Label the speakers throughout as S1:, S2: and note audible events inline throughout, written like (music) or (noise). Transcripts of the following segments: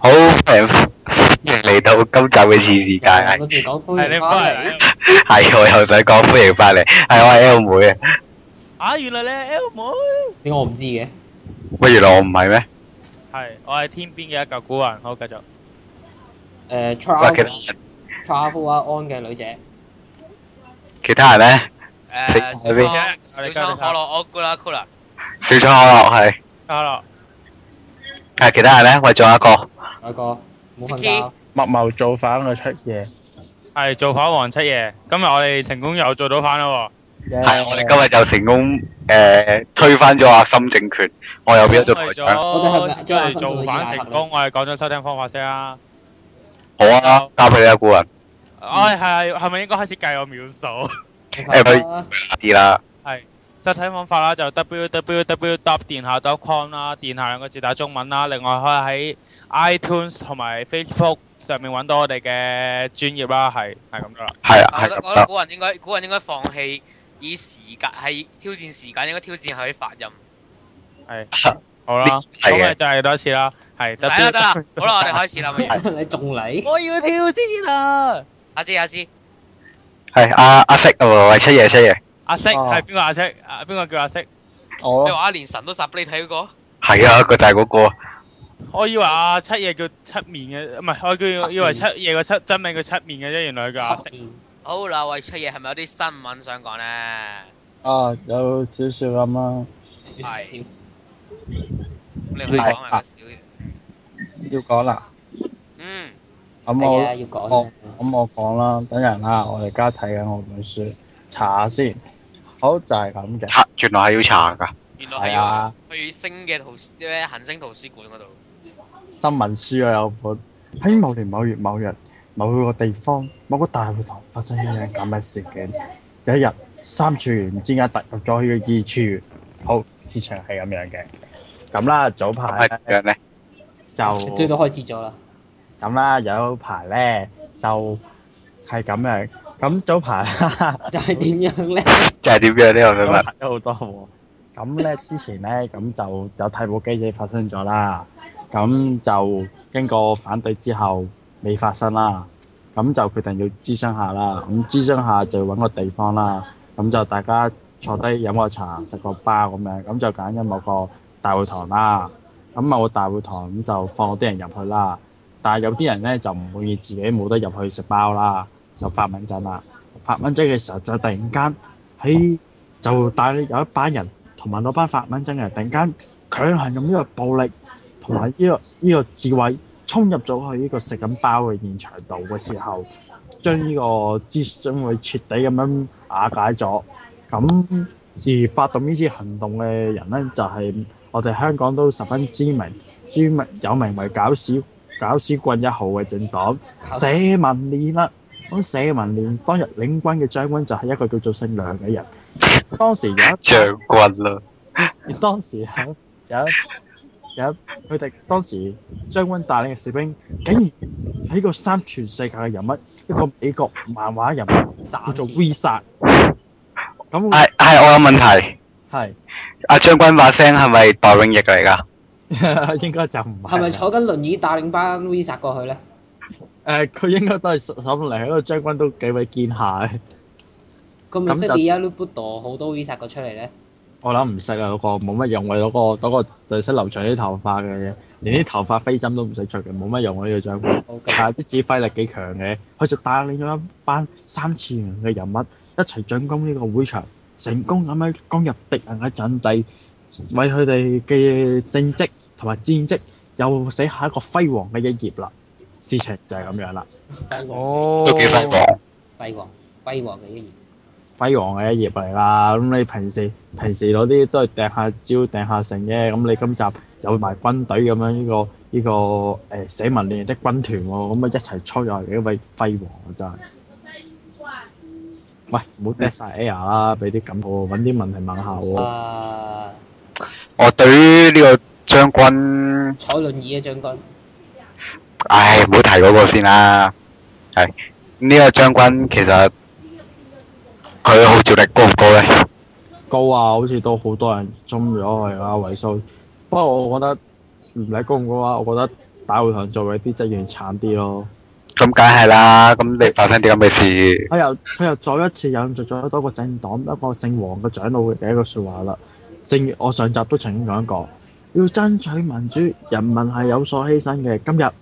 S1: 歡迎嚟到今集嘅次世界，
S2: 係
S1: (laughs) 係
S2: 我哋講歡
S3: 係
S2: 迎
S3: 你
S2: 翻
S3: 翻
S2: 嚟
S3: 嚟
S2: 啦，
S3: 啦
S1: 係我又想講歡迎翻嚟，係我係 L 妹啊，
S3: 啊！原來你係 L 妹，
S2: 點解我唔知嘅？
S1: 喂，原來我唔係咩？
S3: 係我係天邊嘅一嚿古人。好，繼續。
S2: 誒
S1: 喂，
S2: ，Charles
S1: 其
S2: Charles 阿安嘅女姐，
S1: 其他人咧，
S4: 誒，
S1: 食咩
S4: 小倉小倉可樂，我 Cola Cola，
S1: 小倉可樂係，
S3: 阿樂，
S1: 係其他人咧，喂，仲有一個，
S2: 阿哥唔好瞓
S4: Suki
S2: 覺，
S5: 密謀造反嘅出嘢。
S3: 係做反王七爺。今日我哋成功又做到反啦
S1: 係我哋今日就成功誒推翻咗阿森政權，我又
S3: 喎！
S1: 變咗做
S3: 為
S1: 台
S3: 咗
S1: 長，
S2: 我哋係咪將阿
S3: 為
S2: 森
S3: 做反成功，我哋講咗收聽方法先啦。
S1: 好啊，交俾你啊，顧人
S3: 我哋係係咪應該開始計我秒數？
S2: 瞓覺啦
S1: 啲啦，
S3: 收聽方法啦，就 www dot 電下 dot com 啦，電下兩個字打中文啦。另外可以喺 iTunes 同埋 Facebook 上面揾到我哋嘅專業啦，係係咁多啦。
S1: 係啊，
S4: 我
S1: 係
S4: 覺得
S1: 咁
S4: 我覺得
S1: 啦，
S4: 古人應該古人應該放棄以時間係挑戰時間，應該挑戰下啲發音。
S3: 好啦，
S1: 係
S3: 咁
S1: 嘅
S3: 咪就係多一次啦，係。
S4: 得啊啦得
S3: (laughs)
S4: 啦，好啦，我哋開始啦，咪
S2: (laughs) 你仲嚟？
S3: 我要跳毽啦！
S4: 阿芝阿芝，
S1: 係阿阿色啊，喂，七爺七爺，
S3: 阿色
S5: 哦
S3: 係邊個阿色？啊邊個叫阿色？
S4: 你
S5: 我
S4: 話連神都殺俾你睇嗰個，
S1: 係啊，佢就係嗰個啊。
S3: 我以為阿七夜叫七面嘅，唔係我叫
S2: 七
S3: 以為七夜個七真名叫七面嘅啫，原來佢叫阿色。
S4: 好啦，喂，出嘢係咪有啲新聞想講咧？
S5: 啊有少少咁啦，
S2: 少少
S4: 咁你咪講埋個小嘢。
S5: 要講啦。
S4: 嗯，
S5: 咁
S2: 係啊，
S5: 我
S2: 要講
S5: 咁我講啦，等人啦，我而家睇緊我本書，查下先。好就係咁嘅，
S1: 查，原來係要查㗎。
S4: 原來係
S5: 係
S4: 要
S5: 啊，
S4: 去星嘅圖即係恒星圖書館嗰度。
S5: 新聞書啊有本。喺某年某月某日某個地方某個大會堂發生一樣咁嘅事件。有一日，三次元之間突入咗去嘅二次元。好，市場係咁樣嘅。咁啦，早排
S1: 係
S5: 呢
S1: 點樣咧？
S5: 就
S2: 追到開始 (laughs) 咗啦，
S5: 咁啦，有排咧就係咁樣。咁早排啦，
S2: 就係點 (laughs) 樣咧？
S1: 即係點樣咧？我想
S5: 早
S1: 問。
S5: 排咗好多喎。咁咧之前咧，咁就有替補機制發生咗啦。咁就經過反對之後，未發生啦。咁就決定要諮詢下啦。咁諮詢下就揾個地方啦。咁就大家坐低飲個茶、食個包咁樣。咁就揀咗某個大會堂啦。咁某個大會堂咁就放啲人入去啦。但係有啲人咧就唔滿意自己冇得入去食包啦，就發蚊仔啦。發蚊仔嘅時候就突然間喺就帶有一班人同埋嗰班發蚊仔嘅人突然間強行用呢個暴力同埋呢個呢、個智慧衝入咗去呢個食緊包嘅現場度嘅時候，將呢個諮詢會徹底咁樣瓦解咗。咁而發動呢次行動嘅人咧，就係、我哋香港都十分知名、著名有名為搞屎搞屎棍一號嘅政黨社民連啦。咁社民連當日領軍嘅將軍就係一個叫做姓梁嘅人。當時有一班
S1: 將軍啦，
S5: 而當時有有一有一佢哋當時將軍帶領嘅士兵，竟然喺個三全世界嘅人物，一個美國漫畫人物
S2: 三
S5: 叫做
S2: 次
S5: V 殺。咁
S1: 係係我有問題。
S5: 係
S1: 阿將軍把聲係咪代永翼嚟㗎？
S5: 應該就唔
S2: 係咪
S5: 係啦。
S2: 坐緊輪椅帶領班 V 殺過去咧？
S5: 誒，佢應該都係沈嚟，一個將軍都幾位見下嘅。
S2: 咁咪識
S5: 咁就
S2: d i a l u b u d o 好多 V 殺過出嚟咧？
S5: 我諗唔識啊，嗰個冇乜用嘅，嗰個嗰個就係識留長啲頭髮嘅啫，連啲頭髮飛針都唔使除嘅，冇乜用啊呢個將軍。
S2: 好嘅，
S5: 但係啲指揮力幾強嘅，佢就帶領咗一班三次元嘅人物一齊進攻呢個會場，成功咁樣攻入敵人嘅陣地，為佢哋嘅政績同埋戰績又寫下一個輝煌嘅一頁啦。事情就係咁樣啦，
S2: 輝煌
S3: 哦
S1: 都幾輝煌。
S2: 輝煌輝煌嘅一頁，
S5: 輝煌嘅一頁嚟啦。咁你平時平時嗰啲都係掟下招、掟下成啫，咁你今集有埋軍隊咁樣呢、個呢、個誒、呃、社民連的軍團喎，咁啊一齊吹入嚟，因為輝煌啊真係。喂，唔好 dead 曬 air 啦，俾啲感我揾啲問題問下我。
S2: 啊，
S1: 我對於呢個將軍，
S2: 坐輪椅嘅將軍，
S1: 唉，唔好提嗰個先啦。係呢個將軍其實佢號召力高唔高咧？
S5: 高啊，好似都好多人中咗佢啦，位數。不過我覺得唔理高唔高啊，我覺得大會堂做嘅啲職員慘啲咯。
S1: 咁梗係啦，咁你發生啲咁嘅事，
S5: 佢又佢又再一次引述咗多個政黨一個姓黃嘅長老嘅一個説話啦。正如我上集都曾經講過，要爭取民主，人民係有所犧牲嘅。今日呢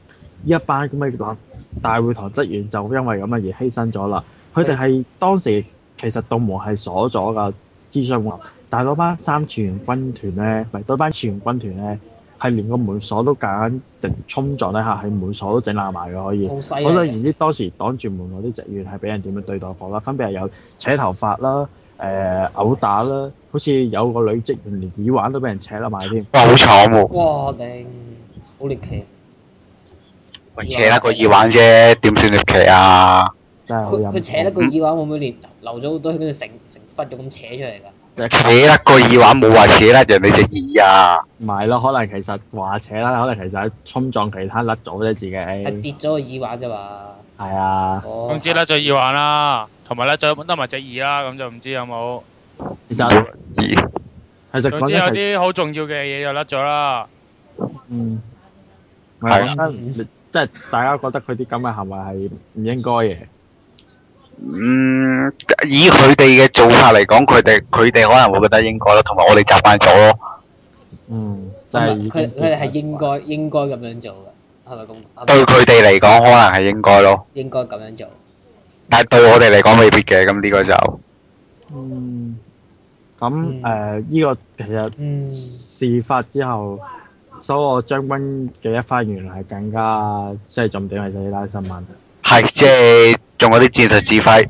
S5: 一班咁嘅立大會堂職員就因為咁樣而犧牲咗啦。佢哋係當時其實道門係鎖咗㗎諮詢話，但係嗰班三次元軍團咧，唔係嗰班次元軍團咧，係連個門鎖都夾硬衝撞一下，係門鎖都整爛埋嘅可以。
S2: 好犀
S5: 可想而
S2: 利，
S5: 知，當時擋住門嗰啲職員係俾人點樣對待過啦，分別係有扯頭髮啦、誒、毆打啦，好似有個女職員連耳環都俾人扯甩埋添。
S1: 哇好慘喎！
S2: 哇頂，好獵奇。
S1: 喂扯得個耳環啫，點算獵奇啊？
S5: 真係好
S2: 佢
S5: 陰
S2: 佢扯得
S5: 功。
S2: 個耳環會唔會連流咗好多血，跟住成成忽咗咁扯出嚟㗎？
S1: 扯得個耳環冇話扯得人哋隻耳啊！
S5: 唔係咯，可能其實話扯啦，可能其實係衝撞其他甩咗啫自己。
S2: 係
S5: 係
S2: 跌咗個耳環啫嘛。
S5: 啊，
S2: 哦
S3: 總之甩咗耳環啦，同埋甩咗得埋隻耳啦，咁就唔知有冇。
S5: 其實
S1: 咦
S5: 其實
S3: 總
S5: 講
S3: 之有
S5: 真係，
S3: 啲好重要嘅嘢就甩咗啦。
S5: 嗯，唔
S1: 係
S5: 係
S1: 啊
S5: 講真，即係大家覺得佢啲咁嘅行為係唔應該嘅。
S1: 嗯，以佢哋嘅做法嚟講，佢哋佢哋可能會覺得應該咯，同埋我哋習慣咗咯。
S5: 嗯，即係已
S2: 咁啊
S5: 經
S2: 佢佢哋係應該應該咁樣做嘅，係咪咁？係咪
S1: 對佢哋嚟講，可能係應該咯，
S2: 應該咁樣做。
S1: 但係對我哋嚟講未必嘅。咁呢個就
S5: 嗯，咁
S2: 嗯
S5: 誒呢個其實。
S2: 嗯，
S5: 事發之後，所我將軍嘅一番言論係更加即係重點係呢單新聞。
S1: 係即係仲有啲戰術指揮。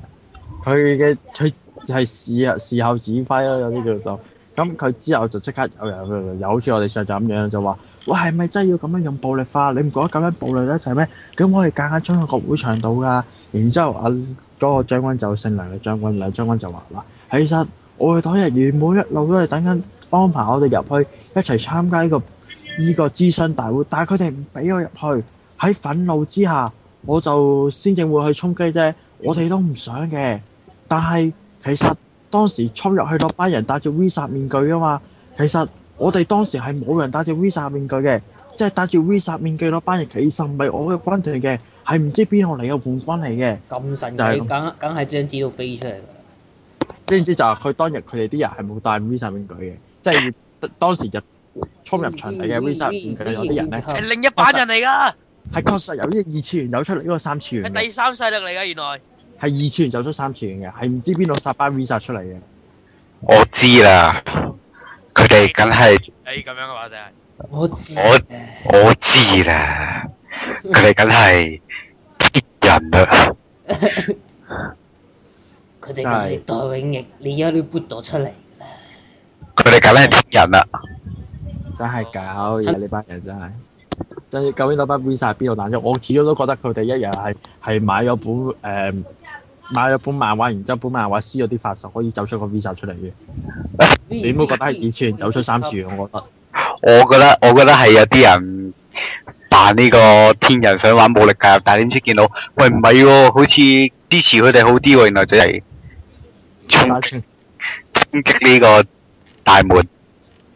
S5: 佢嘅佢係事後事後指揮咯，有啲叫做。咁佢之後就即刻有人又好似我哋上集咁樣就話：，喂，係咪真係要咁樣用暴力化？你唔覺得咁樣暴力咧就係咩？咁我哋夾硬將個國會場到㗎。然之後啊，嗰、個將軍就姓梁嘅將軍，梁將軍就話啦：，其實我哋黨人員每一路都係等緊安排我哋入去一齊參加呢、個呢、個諮詢大會，但係佢哋唔俾我入去。喺憤怒之下，我就先至會去衝擊啫。我哋都唔想嘅，但係其實當時衝入去嗰班人戴住 Visa 面具啊嘛，其實我哋當時係冇人戴住 Visa 面具嘅，即係戴住 Visa 面具嗰班人其實唔係我嘅軍團嘅，係唔知邊度嚟嘅叛軍嚟嘅。
S2: 咁神奇，
S5: 就係咁
S2: 梗梗係張紙度飛出嚟㗎。
S5: 知唔知就係佢當日佢哋啲人係冇戴 Visa 面具嘅，即係要當時入衝入場
S4: 嗯
S5: 地嘅 Visa 面具有啲人咧
S2: 啊
S4: 係另一班人嚟㗎，
S5: 係確實由呢二次元走出嚟呢個三次元
S4: 係
S5: 嘅，
S4: 第三勢力嚟㗎，原來。
S5: 係二次元走出三次元嘅，係唔知邊度殺班 Visa 出嚟嘅。
S1: 我知啦，佢哋梗係
S4: 誒哎咁樣嘅話就係，
S2: 我知
S1: 我我知啦，佢哋梗係鐵人啊啦。
S2: 佢哋就係代永翼，你而家都撥咗出嚟㗎啦。
S1: 佢哋梗係鐵人啊啦。
S5: 真係搞嘢呢班人真係，真係究竟嗰班 Visa 邊度彈出？我始終都覺得佢哋一樣係係買咗本誒、呃、買咗本漫畫，然之後本漫畫撕咗啲法術，可以走出個 Visa 出嚟嘅。你都覺得係二次元走出三次元，我覺得
S1: 我覺得我覺得係有啲人扮呢個天人想玩武力介入，但係點知見到喂唔係喎，好似支持佢哋好啲喎，原來就係衝
S5: 但係
S1: 衝擊呢個大門。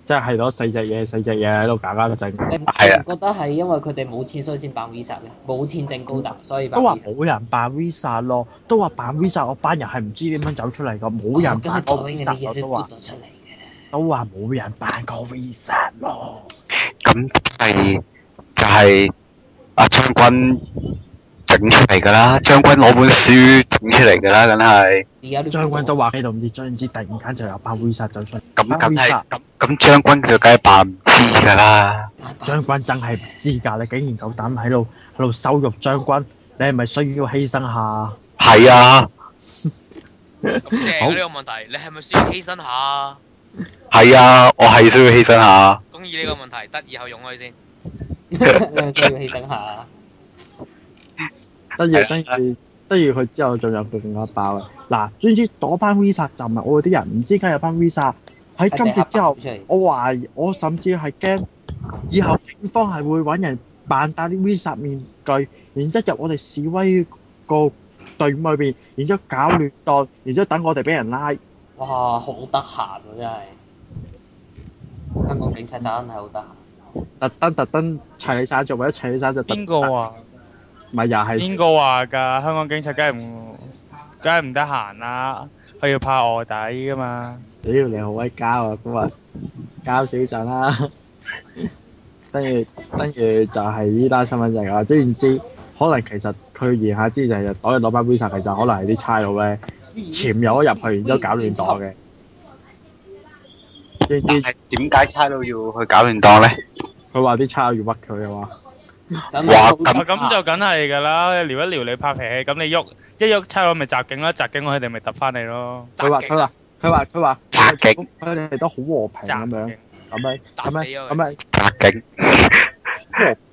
S5: 即係攞四隻嘢四隻嘢喺度搞搞震。
S2: 你唔
S1: 係啊
S2: 覺得係因為佢哋冇錢所以先辦 Visa 咩？冇錢整高達，所以辦
S5: 嗯都話
S2: Visa。
S5: 冇人扮 Visa 咯，都話扮 Visa，我班人係唔知點樣走出嚟噶，
S2: 啊
S5: 冇人
S2: 梗係代
S5: 扮過
S2: 永翼，
S5: Visa，
S2: 你而家
S5: 我都
S2: 都撥
S5: 話
S2: 咗出嚟嘅。
S5: 都話冇人扮過 Visa 咯。
S1: 咁係就係阿將軍整出嚟㗎啦，將軍攞本書整出嚟㗎啦，梗係
S2: 而家都
S5: 將軍
S2: 撥咗
S5: 都話喺度唔知，將之突然間就有班 Visa 走出嚟，
S1: 咁
S5: 班
S1: 梗
S5: Visa
S1: 係咁咁將軍就梗係扮唔知㗎啦。
S2: (laughs)
S5: 將軍真係唔知㗎，你竟然夠膽喺度喺度羞辱將軍，你係咪需要犧牲下？
S1: 係啊，
S4: 咁正
S5: 好
S4: 啊呢個問題，你係咪需要犧牲下？
S1: 係啊，我係需要犧牲下。
S4: 中意呢個問題，得以後用佢先。
S2: 你需要犧牲下。
S5: 跟住
S1: 係
S5: 跟住跟住佢之後仲有佢更加爆啊！嗱，總之嗰班 Visa 就唔係我哋啲人，唔知梗係有班 Visa 喺 (laughs) 今次之後，
S2: 出嚟。
S5: 我懷疑我甚至係驚以後警方係會揾人扮戴啲 Visa 面具，然之後入我哋示威個隊伍裏邊，然之後搞亂檔，然之後等我哋俾人拉。
S2: 哇，好得閒喎，真係！香港警察真係好得閒。
S5: 特登特登除晒做，或者除晒就特
S3: 邊個？啊？
S5: 咪又係
S3: 邊個話㗎？香港警察梗係唔，梗係唔得閒啦，佢要怕卧底㗎嘛。
S5: 屌你好鬼交啊！咁啊，交少陣啦。跟住跟住就係呢單新聞就係話，總言之，可能其實佢言下之意就係袋攞班 visa，其實可能係啲差佬咧潛入咗入去，然之後搞亂咗嘅。總言之
S1: 但係點解差佬要去搞亂檔咧？
S5: 佢話啲差佬要屈佢嘅話，
S2: 真
S1: 哇
S2: 係
S1: 咁
S3: 啊咁就梗係㗎啦，撩一撩你拍脾氣，咁你喐一喐差佬咪襲警啦，襲警佢哋咪揼翻你咯。
S5: 佢話
S4: 襲擊啊
S5: 佢話佢話佢話
S1: 襲擊
S5: 佢哋都好和平咁
S3: 襲
S5: 樣
S3: 警。
S5: 咁樣
S4: 打
S5: 咁
S4: 死咗
S5: 樣
S4: 佢
S5: 咁樣。
S1: 特警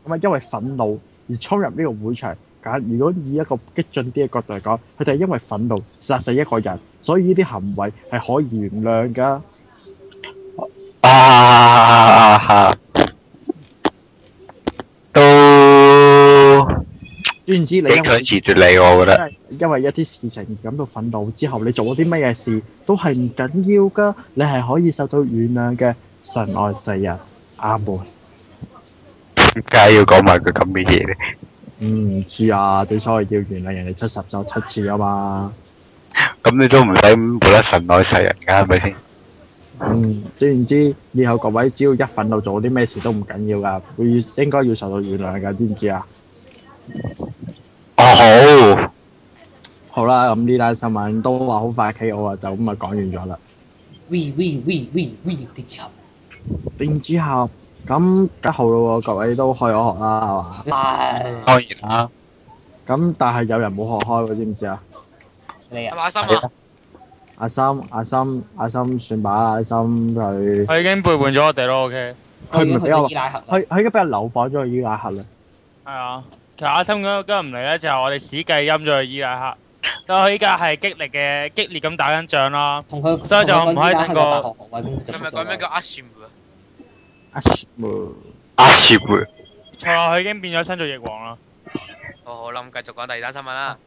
S5: 咁啊，因為憤怒而衝入呢個會場。假如果以一個激進啲嘅角度嚟講，佢哋係因為憤怒殺死一個人，所以呢啲行為係可以原諒噶。
S1: 啊，都
S5: 總之你因
S1: 幾強
S5: 為
S1: 詞奪理，我覺得。
S5: 因為一啲事情而感到憤怒之後，你做咗啲乜嘢事都係唔緊要噶，你係可以受到原諒嘅。神愛世人，阿門。
S1: 點解要講埋佢咁嘅嘢咧？
S5: 嗯，唔知啊，最初要原諒人哋七十就七次啊嘛。
S1: 咁你都唔使咁冇得神愛世人㗎，係咪先？
S5: 嗯，總言之，以後各位只要一憤怒做啲咩事都唔緊要噶，會應該要受到原諒噶，知唔知啊？
S1: 哦，好。
S5: 好啦，咁呢單新聞都話好快 K.O. 啊，就咁啊講完咗啦。
S2: we we we we we 啲之後，
S5: 定之後咁吉號咯喎，各位都開咗學啦，係嘛？
S2: 嗱
S1: 當然啦，
S5: 咁但係有人冇學開喎，知唔知啊？
S2: 你
S4: 係
S2: 啊，
S4: 咪阿心啊？
S5: 阿森，阿森，阿森算吧啦，阿森佢
S3: 佢已經背叛咗我哋咯，OK。
S5: 佢
S2: 已
S5: 唔
S2: 經去
S5: 俾我
S2: 咗伊拉克啦，
S5: 佢佢已經俾人流放咗去伊拉克啦。
S3: 係啊，其實阿森今日今日唔嚟咧，就係我哋史計陰咗去伊拉克，但佢依家係激烈嘅激烈咁打緊仗啦。
S2: 同佢
S3: 所以就唔可以
S2: 同佢講伊拉克
S3: 等個
S2: 嘅大學學位，咁佢就
S4: 係
S2: 冇
S4: 咪講咩
S2: 咗
S4: 叫
S2: 啦。
S4: 阿旋啊？
S5: 阿雪喎
S1: 阿雪會
S3: 錯啦，佢已經變咗新造翼王啦。
S4: 哦好好啦，咁繼續講第二單新聞啦。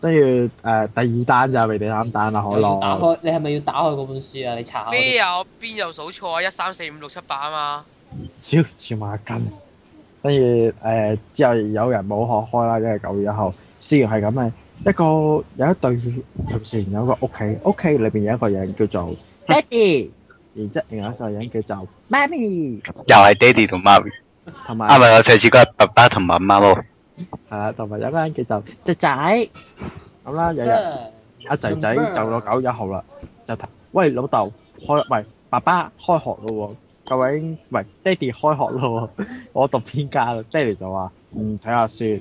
S5: 跟住誒第二單就未第三單啦，可
S2: 又要打
S5: 樂。
S2: 開，你係咪要打開嗰本書啊？你查下嗰
S4: 咩
S2: 啲。
S4: 啊？我邊有數錯啊？一三四五六七八啊嘛。
S5: 超似馬筋。跟住誒之後有人冇學開啦，因為九月一號。事源係咁嘅，一個有一對同事有一個屋企，屋企裏邊有一個人叫做 Daddy，然之後另外一個人叫做媽咪，
S1: 又係爹哋同媽咪，
S5: 同埋
S1: 啊唔係我上次嗰個爸爸同媽媽喎，
S5: 係啦，同埋有一個人叫做仔仔。咁啦，有人阿仔仔就到九月一號啦，就提喂老豆開喂爸爸開學咯喎，究竟喂爹哋開學咯喎，我讀邊間啊？爹哋就話嗯睇下先，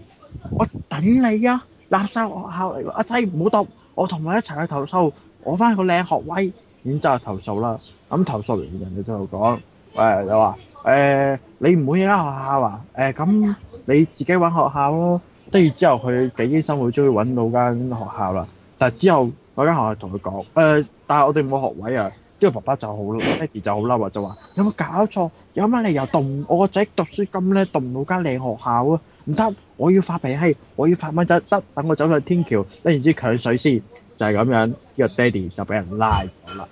S5: 我等你啊，垃圾學校嚟喎，阿仔唔好讀，我同佢一齊去投訴，我翻個靚學位，然之後投訴啦，咁投訴完人哋就講誒就話誒、你唔滿意間學校啊？誒、咁你自己揾學校咯，跟住之後佢幾醫生會終於揾到間學校啦。但係之後嗰間學校同佢講，誒、呃但係我哋冇學位啊。呢個爸爸就好，爹哋就好嬲啊，就話有冇搞錯？有乜理由讀唔我個仔讀書咁叻，讀唔到間靚學校啊？唔得，我要發脾氣，我要發蚊仔，得等我走上天橋，突然之強水先，就係、咁樣。呢、個爹哋就俾人拉咗啦。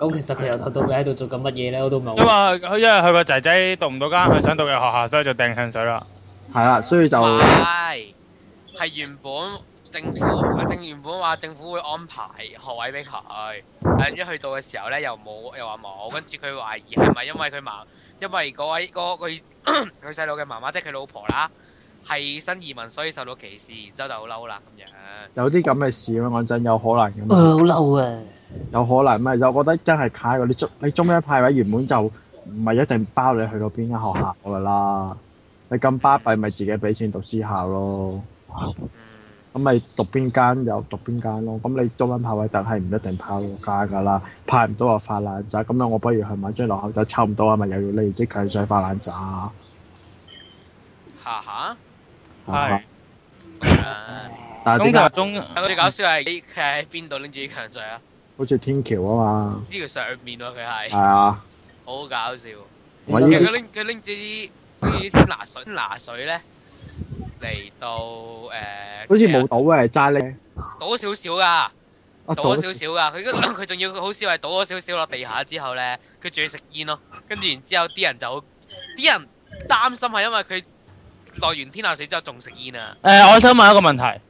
S2: 咁其實佢由頭到尾喺度做緊乜嘢咧？我都唔
S3: 因為
S2: 係好。
S3: 佢因為佢個仔仔讀唔到間佢想讀嘅學校，所以就掟向水啦。
S5: 係啦，所以就
S4: 唔
S5: 係
S4: 係，係原本政府啊政原本話政府會安排學位俾佢，但一去到嘅時候咧又冇，又話冇，跟住佢懷疑係咪因為佢媽，因為嗰位嗰佢 (clears throat) 佢細佬嘅媽媽即係佢老婆啦，係新移民所以受到歧視，然之後就好嬲啦咁樣。
S5: 有啲咁嘅事啊咩？講真，有可能
S2: 誒
S5: 嘅。
S2: 好嬲啊！
S5: 有可能咩？就我覺得真係卡嗰啲中你中央派位原本就唔係一定包你去到邊間學校噶啦。你咁巴閉，咪自己俾錢讀私校咯。
S4: 嗯，
S5: 咁咪讀邊間就讀邊間咯。咁你中央派位，但係唔一定派到家噶啦。派唔到就發爛渣。咁樣我不如去買張落口酒，抽唔到啊咪又要你即強水發爛渣。
S4: 下下
S5: 啊
S3: 係。
S5: (laughs) 但
S3: 咁
S5: 係點
S3: 其實
S5: 解
S3: 中
S4: 但啊最搞笑係佢喺邊度拎住啲強水啊？
S5: 好似天橋啊嘛？
S4: 呢條上面喎佢
S5: 係
S4: 係，
S5: 啊，
S4: 好搞笑。
S5: 我
S4: 其實
S5: 已經
S4: 佢拎佢拎住啲拎住啲拿水拿水咧嚟到誒，
S5: 好似冇到嘅，係齋咧。
S4: 倒少少噶，
S5: 啊
S4: 倒咗少少㗎，佢佢仲要好少係倒咗少少落地下之後咧，佢仲要食煙咯，跟住然之後啲人就好啲人擔心係因為佢落完天下水之後仲食煙啊，
S3: 诶、我想問一個問題。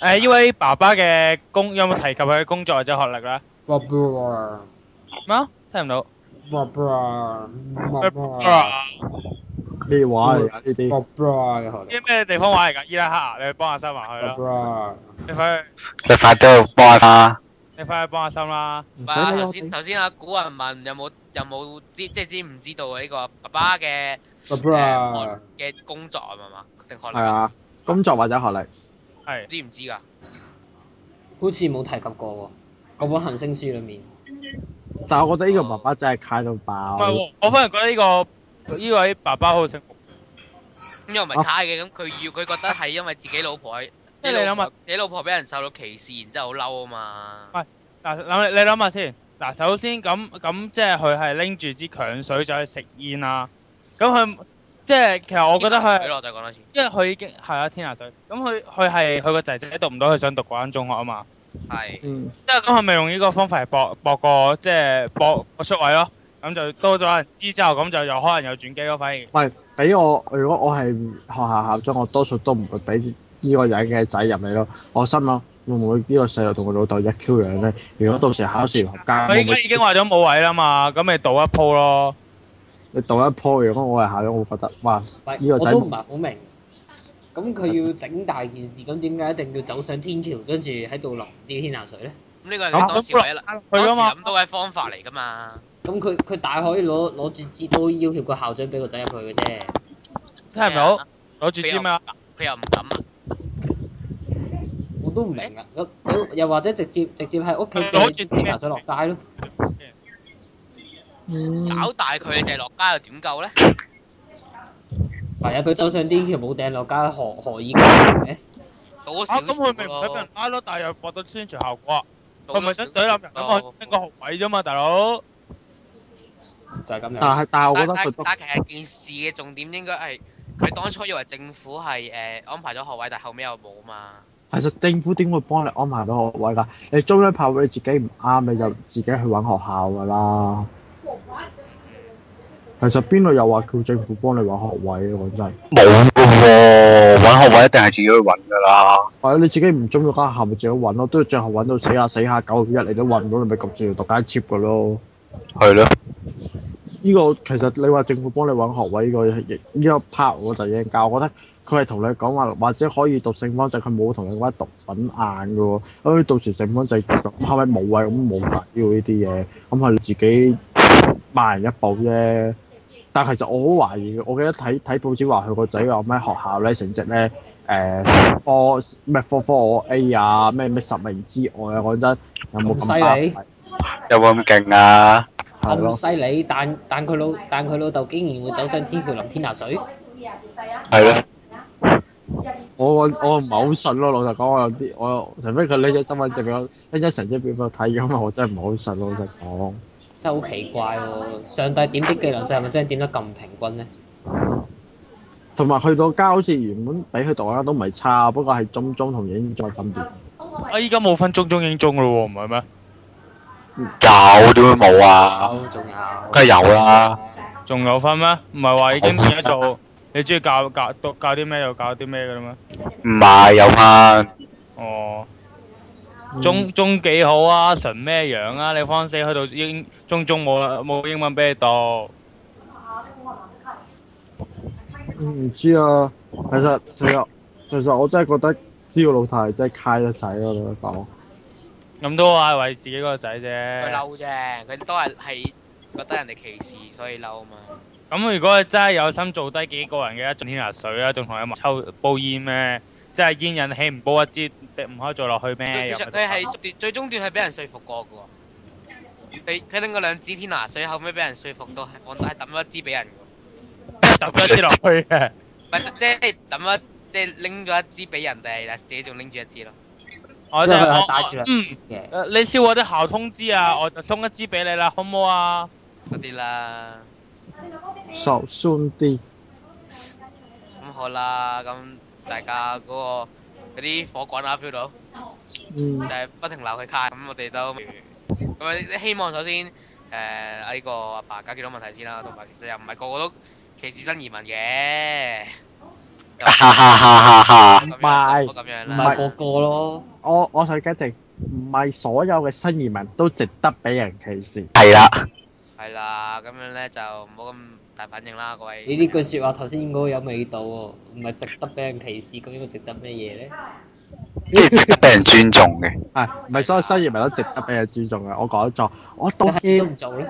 S3: 诶、呢位爸爸嘅工有冇提及佢嘅工作或者學歷咧？
S2: 哇哇
S3: 咩啊？聽唔到。
S2: 哇哇哇
S3: 啲
S5: 咩話嚟㗎呢啲？
S2: 哇嘅學歷
S3: 咩地方玩嚟㗎？伊拉克啊，你去幫阿森埋去
S2: 哇
S3: 啦。
S2: 哇
S3: 你快去，
S1: 你快啲幫下啦。
S3: 你快去幫阿森啦。
S5: 唔
S4: 唔係啊
S5: 使理
S4: 頭
S5: 我
S4: 先
S5: 哋。
S4: 頭先阿古人問有冇有冇知即係知唔知道呢個爸爸嘅
S2: 哇
S4: 嘅工作係咪嘛定學歷
S5: 係
S4: 啊
S5: 啊，工作或者學歷。
S3: 係。
S4: 知唔知㗎？
S2: 好似冇提及過喎，嗰本行星書裡面
S5: 但係我覺得呢個爸爸真係揩到爆
S3: 唔。係喎，我反而覺得呢、個呢位爸爸好幸福。
S4: 咁又唔係太嘅，咁佢要佢覺得係因為自己老婆，
S3: 即係你諗下
S4: 下，你老婆俾人受到歧視，然之後好嬲啊嘛。
S3: 嗱，諗你諗下先。嗱，首先咁咁即係佢係拎住支強水走去食煙啦。咁佢即係其實我覺得佢係
S4: 佢。落再講多次，
S3: 因為佢已經係啊天下隊，咁佢佢係佢個仔仔讀唔到佢想讀嗰間中學啊嘛，
S4: 係
S5: 嗯，
S3: 即係咁佢咪用呢個方法嚟搏搏個即係搏個出位咯，咁就多咗人知之後，咁就有可能有轉機咯，反而
S5: 俾我如果我係學校校長，我多數都唔會俾呢個人嘅仔入嚟咯。我心諗會唔會呢個細路同佢老豆一 Q 樣咧？如果到時考試唔合格，
S3: 佢
S5: 會
S3: 而
S5: 唔
S3: 家
S5: 會
S3: 已經話咗冇位啦嘛，咁咪賭一鋪咯，
S5: 你到一鋪，如果我係校長，我會覺得哇，
S2: 喂
S5: 呢個
S2: 我
S5: 仔
S2: 都唔係好明。咁佢要整大件事，咁點解一定要走上天橋，跟住喺度淋啲天下水咧？
S4: 咁呢個係
S5: 咁
S4: 佢當時唯一
S3: 啊佢
S4: 當時
S3: 噶嘛，
S4: 諗到嘅方法嚟㗎嘛。
S2: 咁佢佢大可以攞攞住支刀要挟個校長俾個仔入去嘅啫。
S3: 聽
S4: 啊
S3: 唔到？攞住支咩啊？
S4: 佢又唔敢啊！
S2: 我都唔明啊！咁又又或者直接直接喺屋企
S3: 佢攞住
S2: 掟啲茶水落街咯，
S5: 嗯
S4: 搞大佢就係落街又點夠咧？
S2: 係啊！佢走上天橋冇掟落街，何何以解咧？
S4: 倒
S3: 啊，
S4: 少
S3: 咁佢咪唔使
S4: 少
S3: 俾人
S4: 咯，
S3: 拉咯，但係又博到宣傳效果啊，
S4: 倒
S3: 佢咪
S4: 咗
S3: 想懟冧
S4: 少少
S3: 人咁我拎個學位啫嘛，大佬。
S2: 就係咁樣。
S5: 但係但係，我
S4: 但
S5: 覺得
S4: 但
S5: 佢都
S4: 但其實件事嘅重點應該係佢當初以為政府係誒安排咗學位，但後尾又冇嘛。
S5: 其實政府點會幫你安排到學位㗎？你中央派位自己唔啱，你就自己去揾學校㗎啦。其實邊度又話叫政府幫你揾學位啊？講真，
S1: 冇噶喎，揾學位一定係自己去揾噶啦。
S5: 係啊，你自己唔中意嗰間校咪自己揾咯，都要最後揾到死下死下九月一你都揾唔到，你咪焗住要讀間 cheap 㗎咯。
S1: 係咯，
S5: 呢個其實你話政府幫你揾學位呢個亦呢個 part 我就已經教，我覺得佢係同你講話，或者可以讀聖方制，佢冇同你講讀品硬嘅喎。咁到時聖方制咁後尾冇位咁冇計喎呢啲嘢，咁係你自己慢人一步啫。但係其實我好懷疑嘅，我記得睇睇報紙話佢個仔話咩學校咧成績咧誒科咩科科我 A 啊咩咩十名之外啊，講真有冇咁
S2: 咁犀利
S5: 巴閉
S1: 有冇咁勁啊？
S2: 咁
S5: 係咯。
S2: 犀利，但但佢老但佢老豆竟然會走上天橋淋天下水，
S1: 係咯，
S5: 我我我唔係好信咯，老實講，我有啲我除非佢拎咗身份證俾我，拎咗成績表俾我睇，咁我真係唔係好信咯，老實講。
S2: 真係好奇怪喎！上帝點啲技能就係咪真係點得咁平均呢？
S5: 同埋去到家好似原本俾佢讀嗰間都唔係差，不過係中中同影中嘅分別。
S3: 啊，依家冇分中中英中咯喎，唔係咩？
S1: 有點會冇啊？
S2: 有，仲有。
S1: 梗係有啦。
S3: 仲有分咩？唔係話已經變咗
S4: (laughs)
S3: 做你中意教教讀教啲咩就教啲咩嘅啦咩？
S1: 唔係有翻，
S3: 哦，
S5: 嗯
S3: 中中幾好啊，純咩樣啊？你方四去到英中中冇冇英文俾你讀，
S5: 唔知啊，其實其實其實我真係覺得呢個老太真係揩得仔咯，老實講。
S3: 咁都話係為自己個仔
S4: 佢
S3: 啫。
S4: 嬲啫，佢都係係覺得人哋歧視，所以嬲嘛。
S3: 咁如果佢真係有心做低幾個人嘅一樽天拿水啦，仲同佢抽煲煙咩？即係煙引起唔煲一支，唔可以做落去咩？
S4: 佢
S3: 又
S4: 其實
S3: 咪
S4: 佢係最最終段係俾人說服過嘅喎。佢佢拎嗰兩支天拿水，後尾俾人說服到係放低抌咗一支俾人嘅
S3: 揼咗一支落去嘅。
S4: 喎，唔係即係抌咗即係拎咗一支俾人哋，但係自己仲拎住一支咯。
S3: 我
S2: 因
S3: 就
S2: 為佢
S3: 我
S2: 係帶住兩
S3: 嗯，
S2: 支嘅，
S3: 誒你燒我啲校通知啊，我就送一支俾你啦，好唔好啊？
S4: 嗰啲啦，
S5: So soon 啲，
S4: 咁好啦，咁大家嗰、個嗰啲火滾啊 feel 到，
S5: 嗯
S4: 就係不停鬧佢卡，咁我哋都咁啊希望首先誒呢個阿爸解決到問題先啦，同埋其實又唔係個個都歧視新移民嘅，又唔
S1: 哈哈哈哈哈！
S4: 係咁樣咁樣
S2: 唔
S5: 唔
S2: 係
S5: 係
S4: 啦，
S2: 個個咯，
S5: 我我想解釋，唔係所有嘅新移民都值得俾人歧視。
S1: 係啦，
S4: 係啦，咁樣咧就唔好咁大反應啦，各位。
S2: 你呢句説話頭先應該有味道喎，唔係值得俾人歧視，咁應該值得咩嘢咧？
S1: 即係值得俾人尊重嘅。
S5: 係唔係所有新移民都值得俾人尊重嘅？我講錯，我道
S2: 但係都
S5: 歉
S2: 唔。做咧，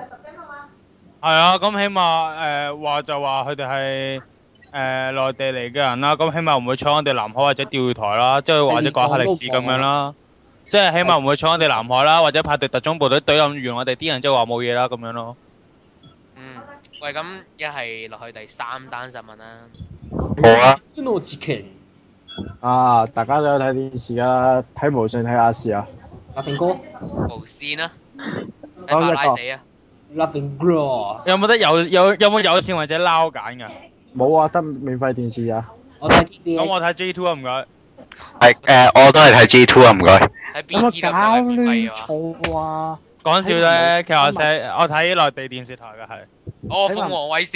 S3: 係啊，咁起碼誒話就話佢哋係誒內地嚟嘅人啦，咁起碼唔會搶我哋南海或者釣魚台啦，即係或者講下歷史咁樣啦。即係起碼唔會搶我哋南海啦，或者派隊特種部隊隊冧完我哋啲人，即係話冇嘢啦咁樣咯。
S4: 嗯，喂，咁一係落去第三單新聞啦。
S1: 好啦，
S2: 先我自權，
S5: 啊！大家都有睇電視啦，睇無線睇亞視啊。
S2: 阿平哥
S4: 無線啦，睇法拉死啊！
S2: ，Loving Girl，
S3: 有冇得有有有冇有線或者撈揀㗎？
S5: 冇啊，得免費電視啊。
S2: 我睇
S3: 咁
S2: TBS，
S3: 我睇 J Two 啊，唔該。
S1: 係誒、我都係睇 G Two 啊，唔該。
S4: 喺
S5: 有冇
S4: BT
S5: 搞
S4: 都唔係免費
S5: 亂
S4: 啊！
S5: 錯啊？
S3: 講笑啫，其實我睇我睇內地電視台嘅係，
S4: 哦，鳳凰衛視，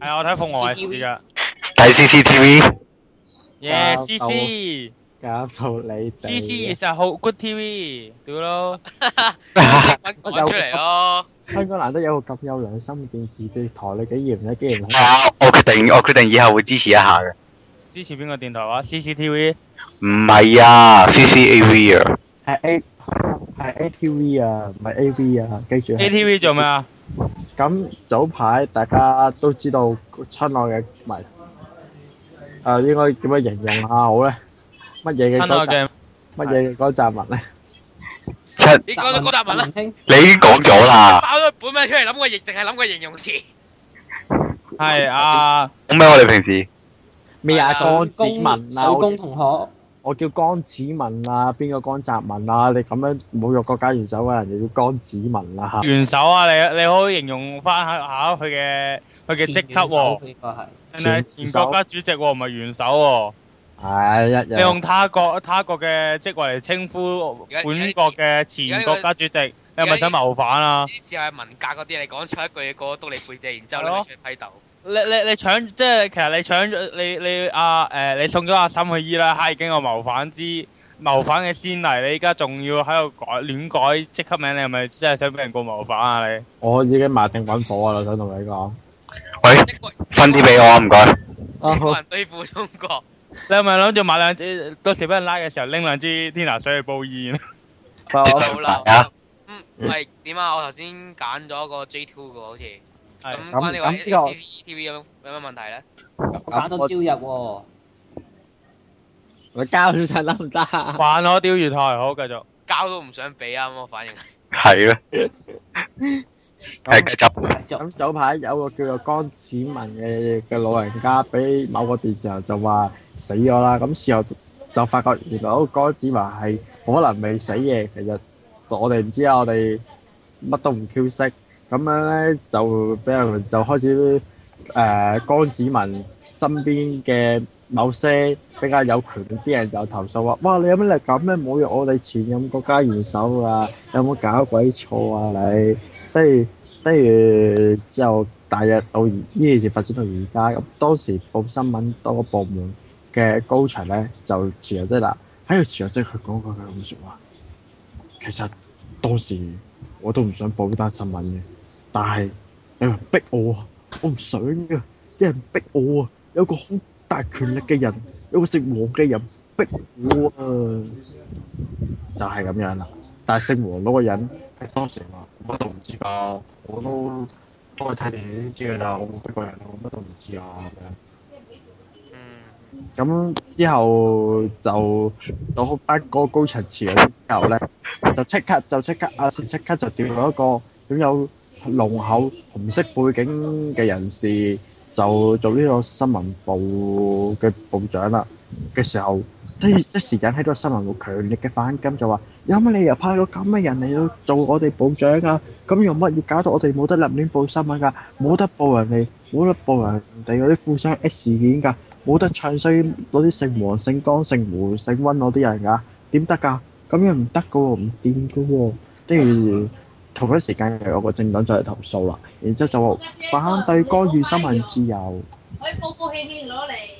S3: 係我睇鳳凰衛視嘅。
S1: 睇 CCTV，
S3: 耶
S5: 啊
S3: ，C
S5: 好
S3: C
S5: 搞到你
S3: C C 其
S5: 哋。
S3: 實好 good TV，屌咯。
S4: 揾講出嚟咯。
S5: 香港難得有個咁有良心嘅電視嘅台，你竟然唔竟然
S1: 係 (laughs) 啊，我決定，我決定以後會支持一下嘅。
S3: 支持邊個電台話 CCTV
S1: 唔係啊，CCAV 啊，
S5: 係 A 係 ATV 啊，唔係 AV 啊，記住啊。
S3: ATV 做咩啊？
S5: 咁早排大家都知道親愛嘅唔係誒應該點樣形容下好咧？乜嘢嘅
S3: 親
S5: 嗰集
S3: 愛嘅，
S5: 乜嘢嘅嗰集文咧？
S1: 七
S2: Dạ,
S4: 你講到
S2: vâng.
S4: 嗰集文啦，
S2: 文興，
S1: 你已經講咗啦，
S4: 爆咗本名出嚟，諗個形，淨係諗個形容詞。
S3: 係啊，
S1: 咁咩我哋平時
S5: 咩啊？
S4: 係啊
S5: 江
S2: 手
S5: 子
S2: 工
S5: 文啊！
S2: 手
S5: 我
S2: 工同學，
S5: 我叫江子文啊，邊個江澤民啊？你咁樣侮辱國家元首嘅人，就叫江子文啦、啊、
S3: 元首啊，你你好形容翻下下佢嘅佢嘅職級喎，
S2: 喎，應該係。
S3: 人哋係
S5: 前元
S3: 前
S5: 首
S3: 國家主席喎，唔係元首喎。
S5: 唉、一
S3: 你
S5: 樣
S3: 用他國他國嘅職位嚟稱呼
S4: 而家
S3: 本國嘅前國家主席，你係咪想謀反啊
S4: 呢？啲事係文革嗰啲，你講出一句嘢，個個督你背脊，然之後拎你出去批鬥。
S3: 你你你搶即係其實你搶咗你你阿誒你送咗阿森去伊拉克已經有謀反之謀反嘅先例，你依家仲要喺度改亂改職級名，你係咪真係想俾人告謀反啊 (laughs) 你？
S5: 我已經埋定揾火啦，想同你講。
S1: 喂
S4: 一個
S1: 分啲俾我啊，唔該。
S5: 啊
S4: 一個
S5: 好，
S4: 人對付中國，
S3: 你係咪諗住買兩支？到時俾人拉嘅時候拎兩支天拿水去啊煲煙？
S5: 我
S4: 好啦。嗯，係點啊？我頭先揀咗個 J Two 嘅，好似
S3: 係
S4: 咁關呢個
S5: 咁呢個
S4: CCTV 有冇有咩問題咧？
S2: 我揀咗朝日喎，
S5: 你交咗陣得唔得啊？
S3: 還我釣魚台，好繼續。
S4: 交都唔想俾啊！咁我反應
S1: 係咯，係繼續。
S2: 繼續
S5: 咁早排有個叫做江子文嘅嘅老人家，俾某個電視台就話死咗啦。咁事後就發覺原來嗰個江子文係可能未死嘅。其實我哋唔知啊，我哋乜都唔 Q 識。咁樣咧就俾人就開始誒、呃江子文身邊嘅某些比較有權力啲人就投訴話：哇！你有乜嚟咁咧？侮辱我哋前任國家元首啊！有冇搞鬼錯啊你？跟住。跟住之後，大約到而呢件事發展到而家，咁當時報新聞多個部門嘅高層咧就辭咗職啦。喺度辭咗職，佢講過佢咁説話。其實當時我都唔想報呢單新聞嘅，但係有人逼我啊，我唔想嘅，有人逼我啊，有個好大權力嘅人，有個姓黃嘅人逼我啊，就係、咁樣啦。但係姓黃嗰個人喺當時話：我都唔知㗎，我都都係睇電視先知㗎啦，我冇逼過人啊，我乜都唔知啊咁樣。
S4: 嗯。
S5: 咁之後就到班嗰個高層辭咗之後咧，就即刻就即刻啊！即刻就調咗一個擁有濃厚紅色背景嘅人士，就做呢個新聞部嘅部長啦嘅時候，即即時引起咗新聞部強烈嘅反感，就話有乜理由派個咁嘅人嚟到做我哋部長啊？咁用乜嘢搞到我哋冇得立亂報新聞㗎？冇得報人哋，冇得報人哋嗰啲富商 S 事件㗎？冇得唱衰嗰啲姓黃、姓江、姓胡、姓温嗰啲人㗎，點得㗎？咁樣唔得噶喎，唔掂噶喎，跟住同一時間又有個政黨就嚟投訴啦，然之後就話反對干預新聞自由，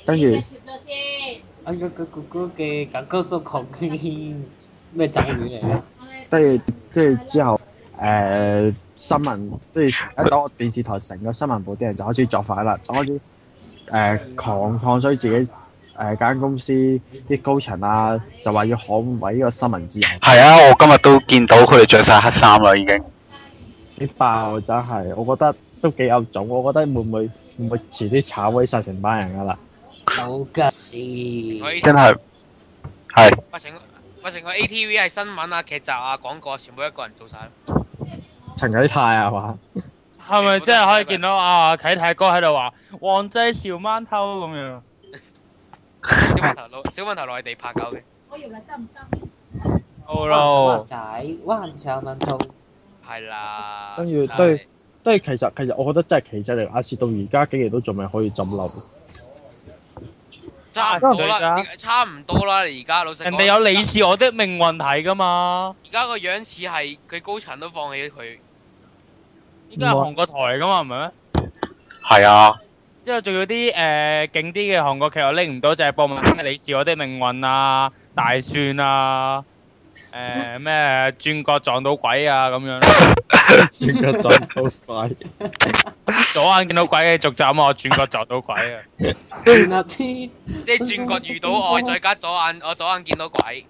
S5: 跟住
S2: 啊嗰嗰嗰嗰嘅感覺都狂啲咩爭語嚟嘅？
S5: 跟住跟住之後誒、呃新聞，跟住一到電視台成個新聞部啲人就開始作反啦，就開始誒、呃狂抗衰自己誒間、公司啲高層啊，就話要捍衞呢個新聞自由。
S1: 係啊，我今日都見到佢哋着晒黑衫啦，已經。
S5: 你爆真係，我覺得都幾有種。我覺得會唔會會唔會遲啲炒威晒成班人噶啦？
S2: 有㗎事，
S4: 佢
S1: 真係係
S4: 喂成個喂成個 ATV 係新聞啊、劇集啊、廣告啊，全部一個人做晒咯。
S5: 陳啟泰啊嘛，
S3: 係咪真係可以見到啊啟泰哥喺度話黃濟潮饅頭咁樣？
S4: 小問頭內小問頭內地拍狗嘅，
S3: 好
S2: 灣
S3: 咯，
S2: 仔灣仔上文通，
S4: 係啦。
S5: 跟住
S4: 係
S5: 都係都係其實其實我覺得真係奇蹟嚟。阿士到而家竟然都仲未可以浸漏， (laughs)
S4: 差唔多啦，差唔多啦。而家老實講
S3: 人哋有你是我的命運睇噶嘛？
S4: 而家個樣似係佢高層都放棄咗佢，
S3: 依家係韓國台嚟噶嘛，唔係咩？
S1: 係啊，
S3: 之後仲有啲誒、呃勁啲嘅韓國劇我拎唔到，就係、播文咩你是我的命運啊、大蒜啊、誒咩轉角撞到鬼啊咁樣咯， (laughs)
S5: 應該浸好快。
S3: 左眼見到鬼嘅續集啊嘛，我轉角撞到鬼啊，
S2: 原來黐
S4: 即係轉角遇到愛，再加左眼我左眼見到鬼，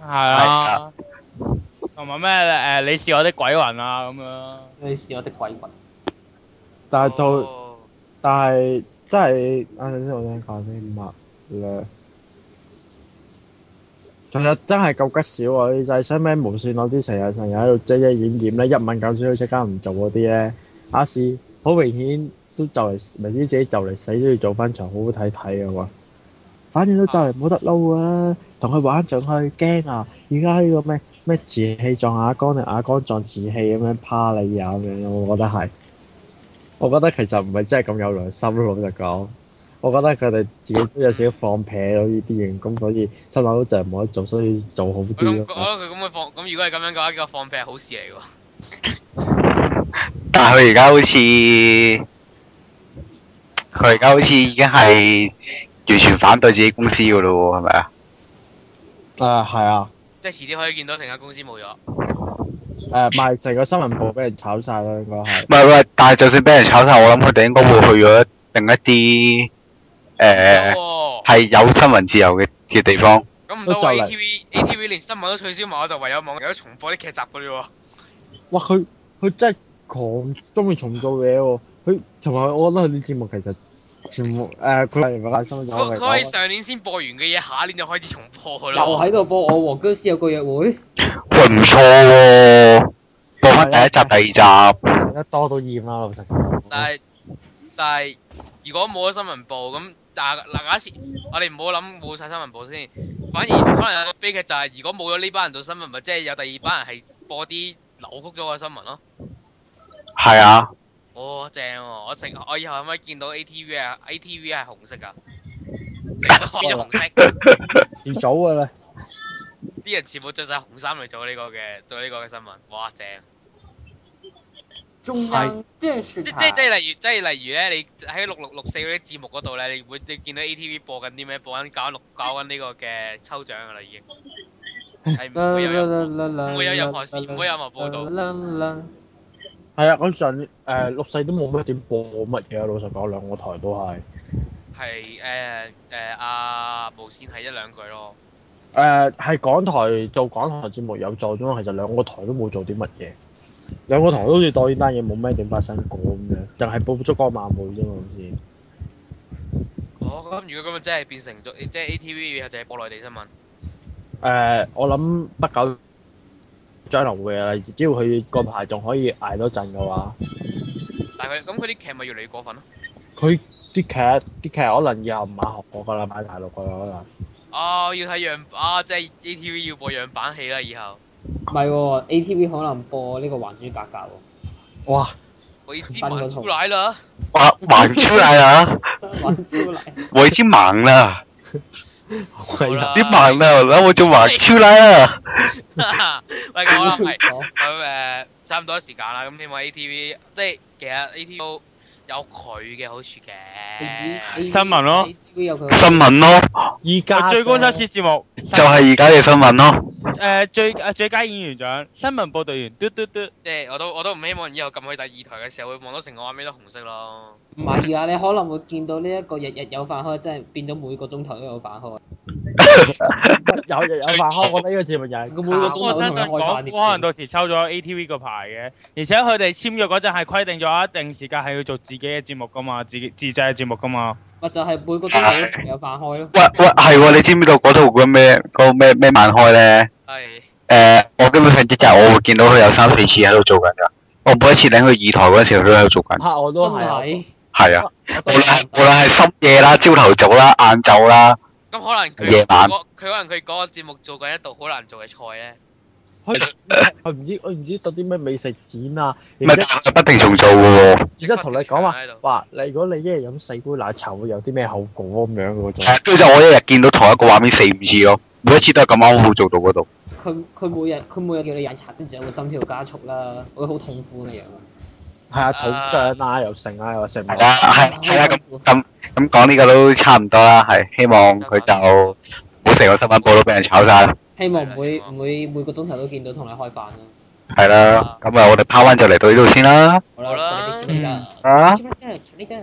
S3: 係啊，同埋咩誒你是我的鬼魂啊咁樣，
S2: 你是我的鬼魂，
S5: 但係啊就
S4: 哦
S5: 但係真係啊！等先我想講啲乜咧？其實真係夠吉少啊！就係使咩無線攞啲成日成日喺度遮遮掩掩咧，一問九水都即刻唔做嗰啲咧。亞視啊好明顯都就嚟明知自己就嚟死都要做翻場好好睇睇嘅喎。反正都就嚟冇得撈㗎啦，同佢玩上去驚啊！而家呢個咩咩瓷器撞亞光定亞光撞瓷器咁樣趴你啊咁樣，我覺得係。我覺得其實唔係真係咁有良心咯，老實講。我覺得佢哋自己都有少少放屁咯，呢啲員工，所以心諗就係冇得做，所以做好
S4: 佢咁
S5: 啲
S4: 我覺
S5: 咯。
S4: 得佢咁樣放，咁如果係咁樣嘅話，呢個放屁係好事嚟喎。
S1: 但係佢而家好似佢而家好似已經係完全反對自己公司噶咯喎，係咪啊？
S5: 啊，係啊，
S4: 即係遲啲可以見到成間公司冇咗。
S5: 誒，賣成個新聞部俾人炒晒啦，應該係
S1: 唔。係唔係，但係就算俾人炒晒，我諗佢哋應該會去咗另一啲誒
S4: 喎，
S1: 係有新聞自由嘅嘅地方。
S4: 哦咁唔
S5: 都
S4: 到
S5: 就嚟
S4: ATV ATV 連新聞都取消埋，我就唯有網友重播啲劇集嗰啲喎。
S5: 哇！佢佢真係狂中意重做嘢喎。佢同埋我覺得佢啲節目其實全部誒，佢係咪新聞就
S4: 佢佢可以
S5: 係
S4: 上年先播完嘅嘢，下年就開始重播噶
S2: 又
S4: 啦。
S2: 喺度播我和僵屍有個約會，
S1: 喂，唔錯喎，播翻第一集、第二集，
S5: 一多到厭啦，老實講。
S4: 但係但係如果冇咗新聞部咁，嗱嗱假設我哋唔好諗冇晒新聞部先，反而可能有個悲劇就係、如果冇咗呢班人做新聞，咪即係有第二班人係播啲扭曲咗嘅新聞咯。
S1: 係啊，
S4: 哦，正喎、我成我以後可唔可以見到 ATV 啊？ATV 係紅色噶，成個變咗紅色，
S5: 要早㗎啦。
S4: 啲人全部着晒紅衫嚟做呢個嘅做呢個嘅新聞，哇正！
S2: 中央電視
S4: 即即即
S2: 台，
S4: 例如即例如咧，你喺六六六四嗰啲節目嗰度咧，你會你見到 ATV 播緊啲咩？播緊搞緊六搞緊呢個嘅抽獎噶啦，已經係唔會有任何唔會有任何事，唔會有任何報導。
S2: 道。
S5: 係啊，我上誒、六四都冇乜點播乜嘢啊，老實講，兩個台都係誒、
S4: 係誒誒阿無線係一兩句咯，
S5: 係港台做港台節目有做啫嘛，其實兩個台都冇做啲乜嘢，兩個台都好似當呢單嘢冇咩點發生過咁樣，淨係報燭光晚會啫嘛，好似
S4: 哦咁如果咁樣真係變成咗，即係 ATV 以後就係播內地新聞。
S5: 誒、我諗不久將來會㗎啦，只要佢個排仲可以捱多陣嘅話，
S4: 但係佢咁佢啲劇咪越嚟越過分咯。
S5: 佢啲劇啲劇可能以後唔買韓國㗎啦，買大陸㗎啦可能。
S4: 啊，我要睇樣啊，即係 ATV 要播樣板戲啦，以後。
S2: 唔係喎，ATV 可能播呢個《還珠格格》喎，
S5: 哇！
S4: 我要知還出奶啦，
S1: 哇，忙出嚟啦，
S2: 《還珠奶》
S1: 我已經忙啦，
S5: 好鬼
S4: 好
S5: 人
S4: 啦
S1: 你盲啊，然后我就盲出来啊！
S4: (laughs) 喂，咁好啦，喂。
S2: 咗。
S4: 咁誒差唔多時間啦，咁希望 ATV 即係其實 ATV 都有佢嘅好處嘅，
S3: 新聞咯
S2: 會有佢
S1: 新聞咯，
S5: 依家
S3: 最高收
S5: 啫
S3: 視節目
S1: 就係而家嘅新聞咯。
S3: 誒最誒最佳演員獎新聞報導員嘟嘟嘟。
S4: 即係我都我都唔希望以後撳去第二台嘅時候會望到成個畫面都紅色咯。
S2: 唔係啊！你可能會見到呢一個日日有飯開，真係變咗每個鐘頭都有飯開。
S5: 有有有飯開，我覺得呢個節目又啊係
S2: 咁每個鐘
S3: 我
S5: 靠
S2: 頭
S3: 相信港府可能到時抽咗 ATV 個牌嘅，而且佢哋簽約嗰陣係規定咗一定時間係要做自己嘅節目噶嘛，自己自製嘅節目噶嘛。
S2: 咪就係每個鐘頭都有飯開咯。
S1: 喂喂，係喎，你知唔知道嗰套嗰咩嗰個咩咩漫開咧？
S4: 係
S1: 誒，我基本上一日我會見到佢有三四次喺度做緊㗎。我每一次領佢二台嗰陣時，佢都喺度做緊。
S5: 嚇我都
S2: 真
S5: 係啊，
S2: 係
S1: 係啊，
S5: 我
S1: 無論
S5: 都係
S1: 係無論係深夜啦、朝頭早啦、晏晝啦，
S4: 咁可能佢
S1: 夜晚
S4: 佢可能佢嗰個節目做緊一道好難做嘅菜咧，
S5: 佢佢唔知佢唔知到啲咩美食展啊，
S1: 唔
S5: 然之後
S1: 係不停重做嘅喎。
S5: 然之後同你講話
S4: 喺度，
S5: 話你如果你一日飲四杯奶茶會有啲咩後果咁樣嘅
S1: 係啊
S5: 喎，
S1: 跟住就我一日見到同一個畫面四五次咯，每一次都係咁啱好做到嗰度。
S2: 佢佢每日佢每日叫你飲茶，跟住就會心跳加速啦，會好痛苦嘅樣。
S5: 係啊肚脹啊又剩啊又食唔
S1: 係啊，係係啊，咁
S2: 咁
S1: 咁講呢個都差唔多啦，係希望佢就唔好成個新聞報都俾人炒晒啦。
S2: 希望唔會唔會每個鐘頭都見到同你開飯啦。
S1: 係啦，咁啊，我哋拋翻就嚟到呢度先啦。
S2: 好
S4: 好啦
S2: 啦，我哋接呢
S3: 嗯
S2: 家
S1: 啊
S2: 接呢家接呢家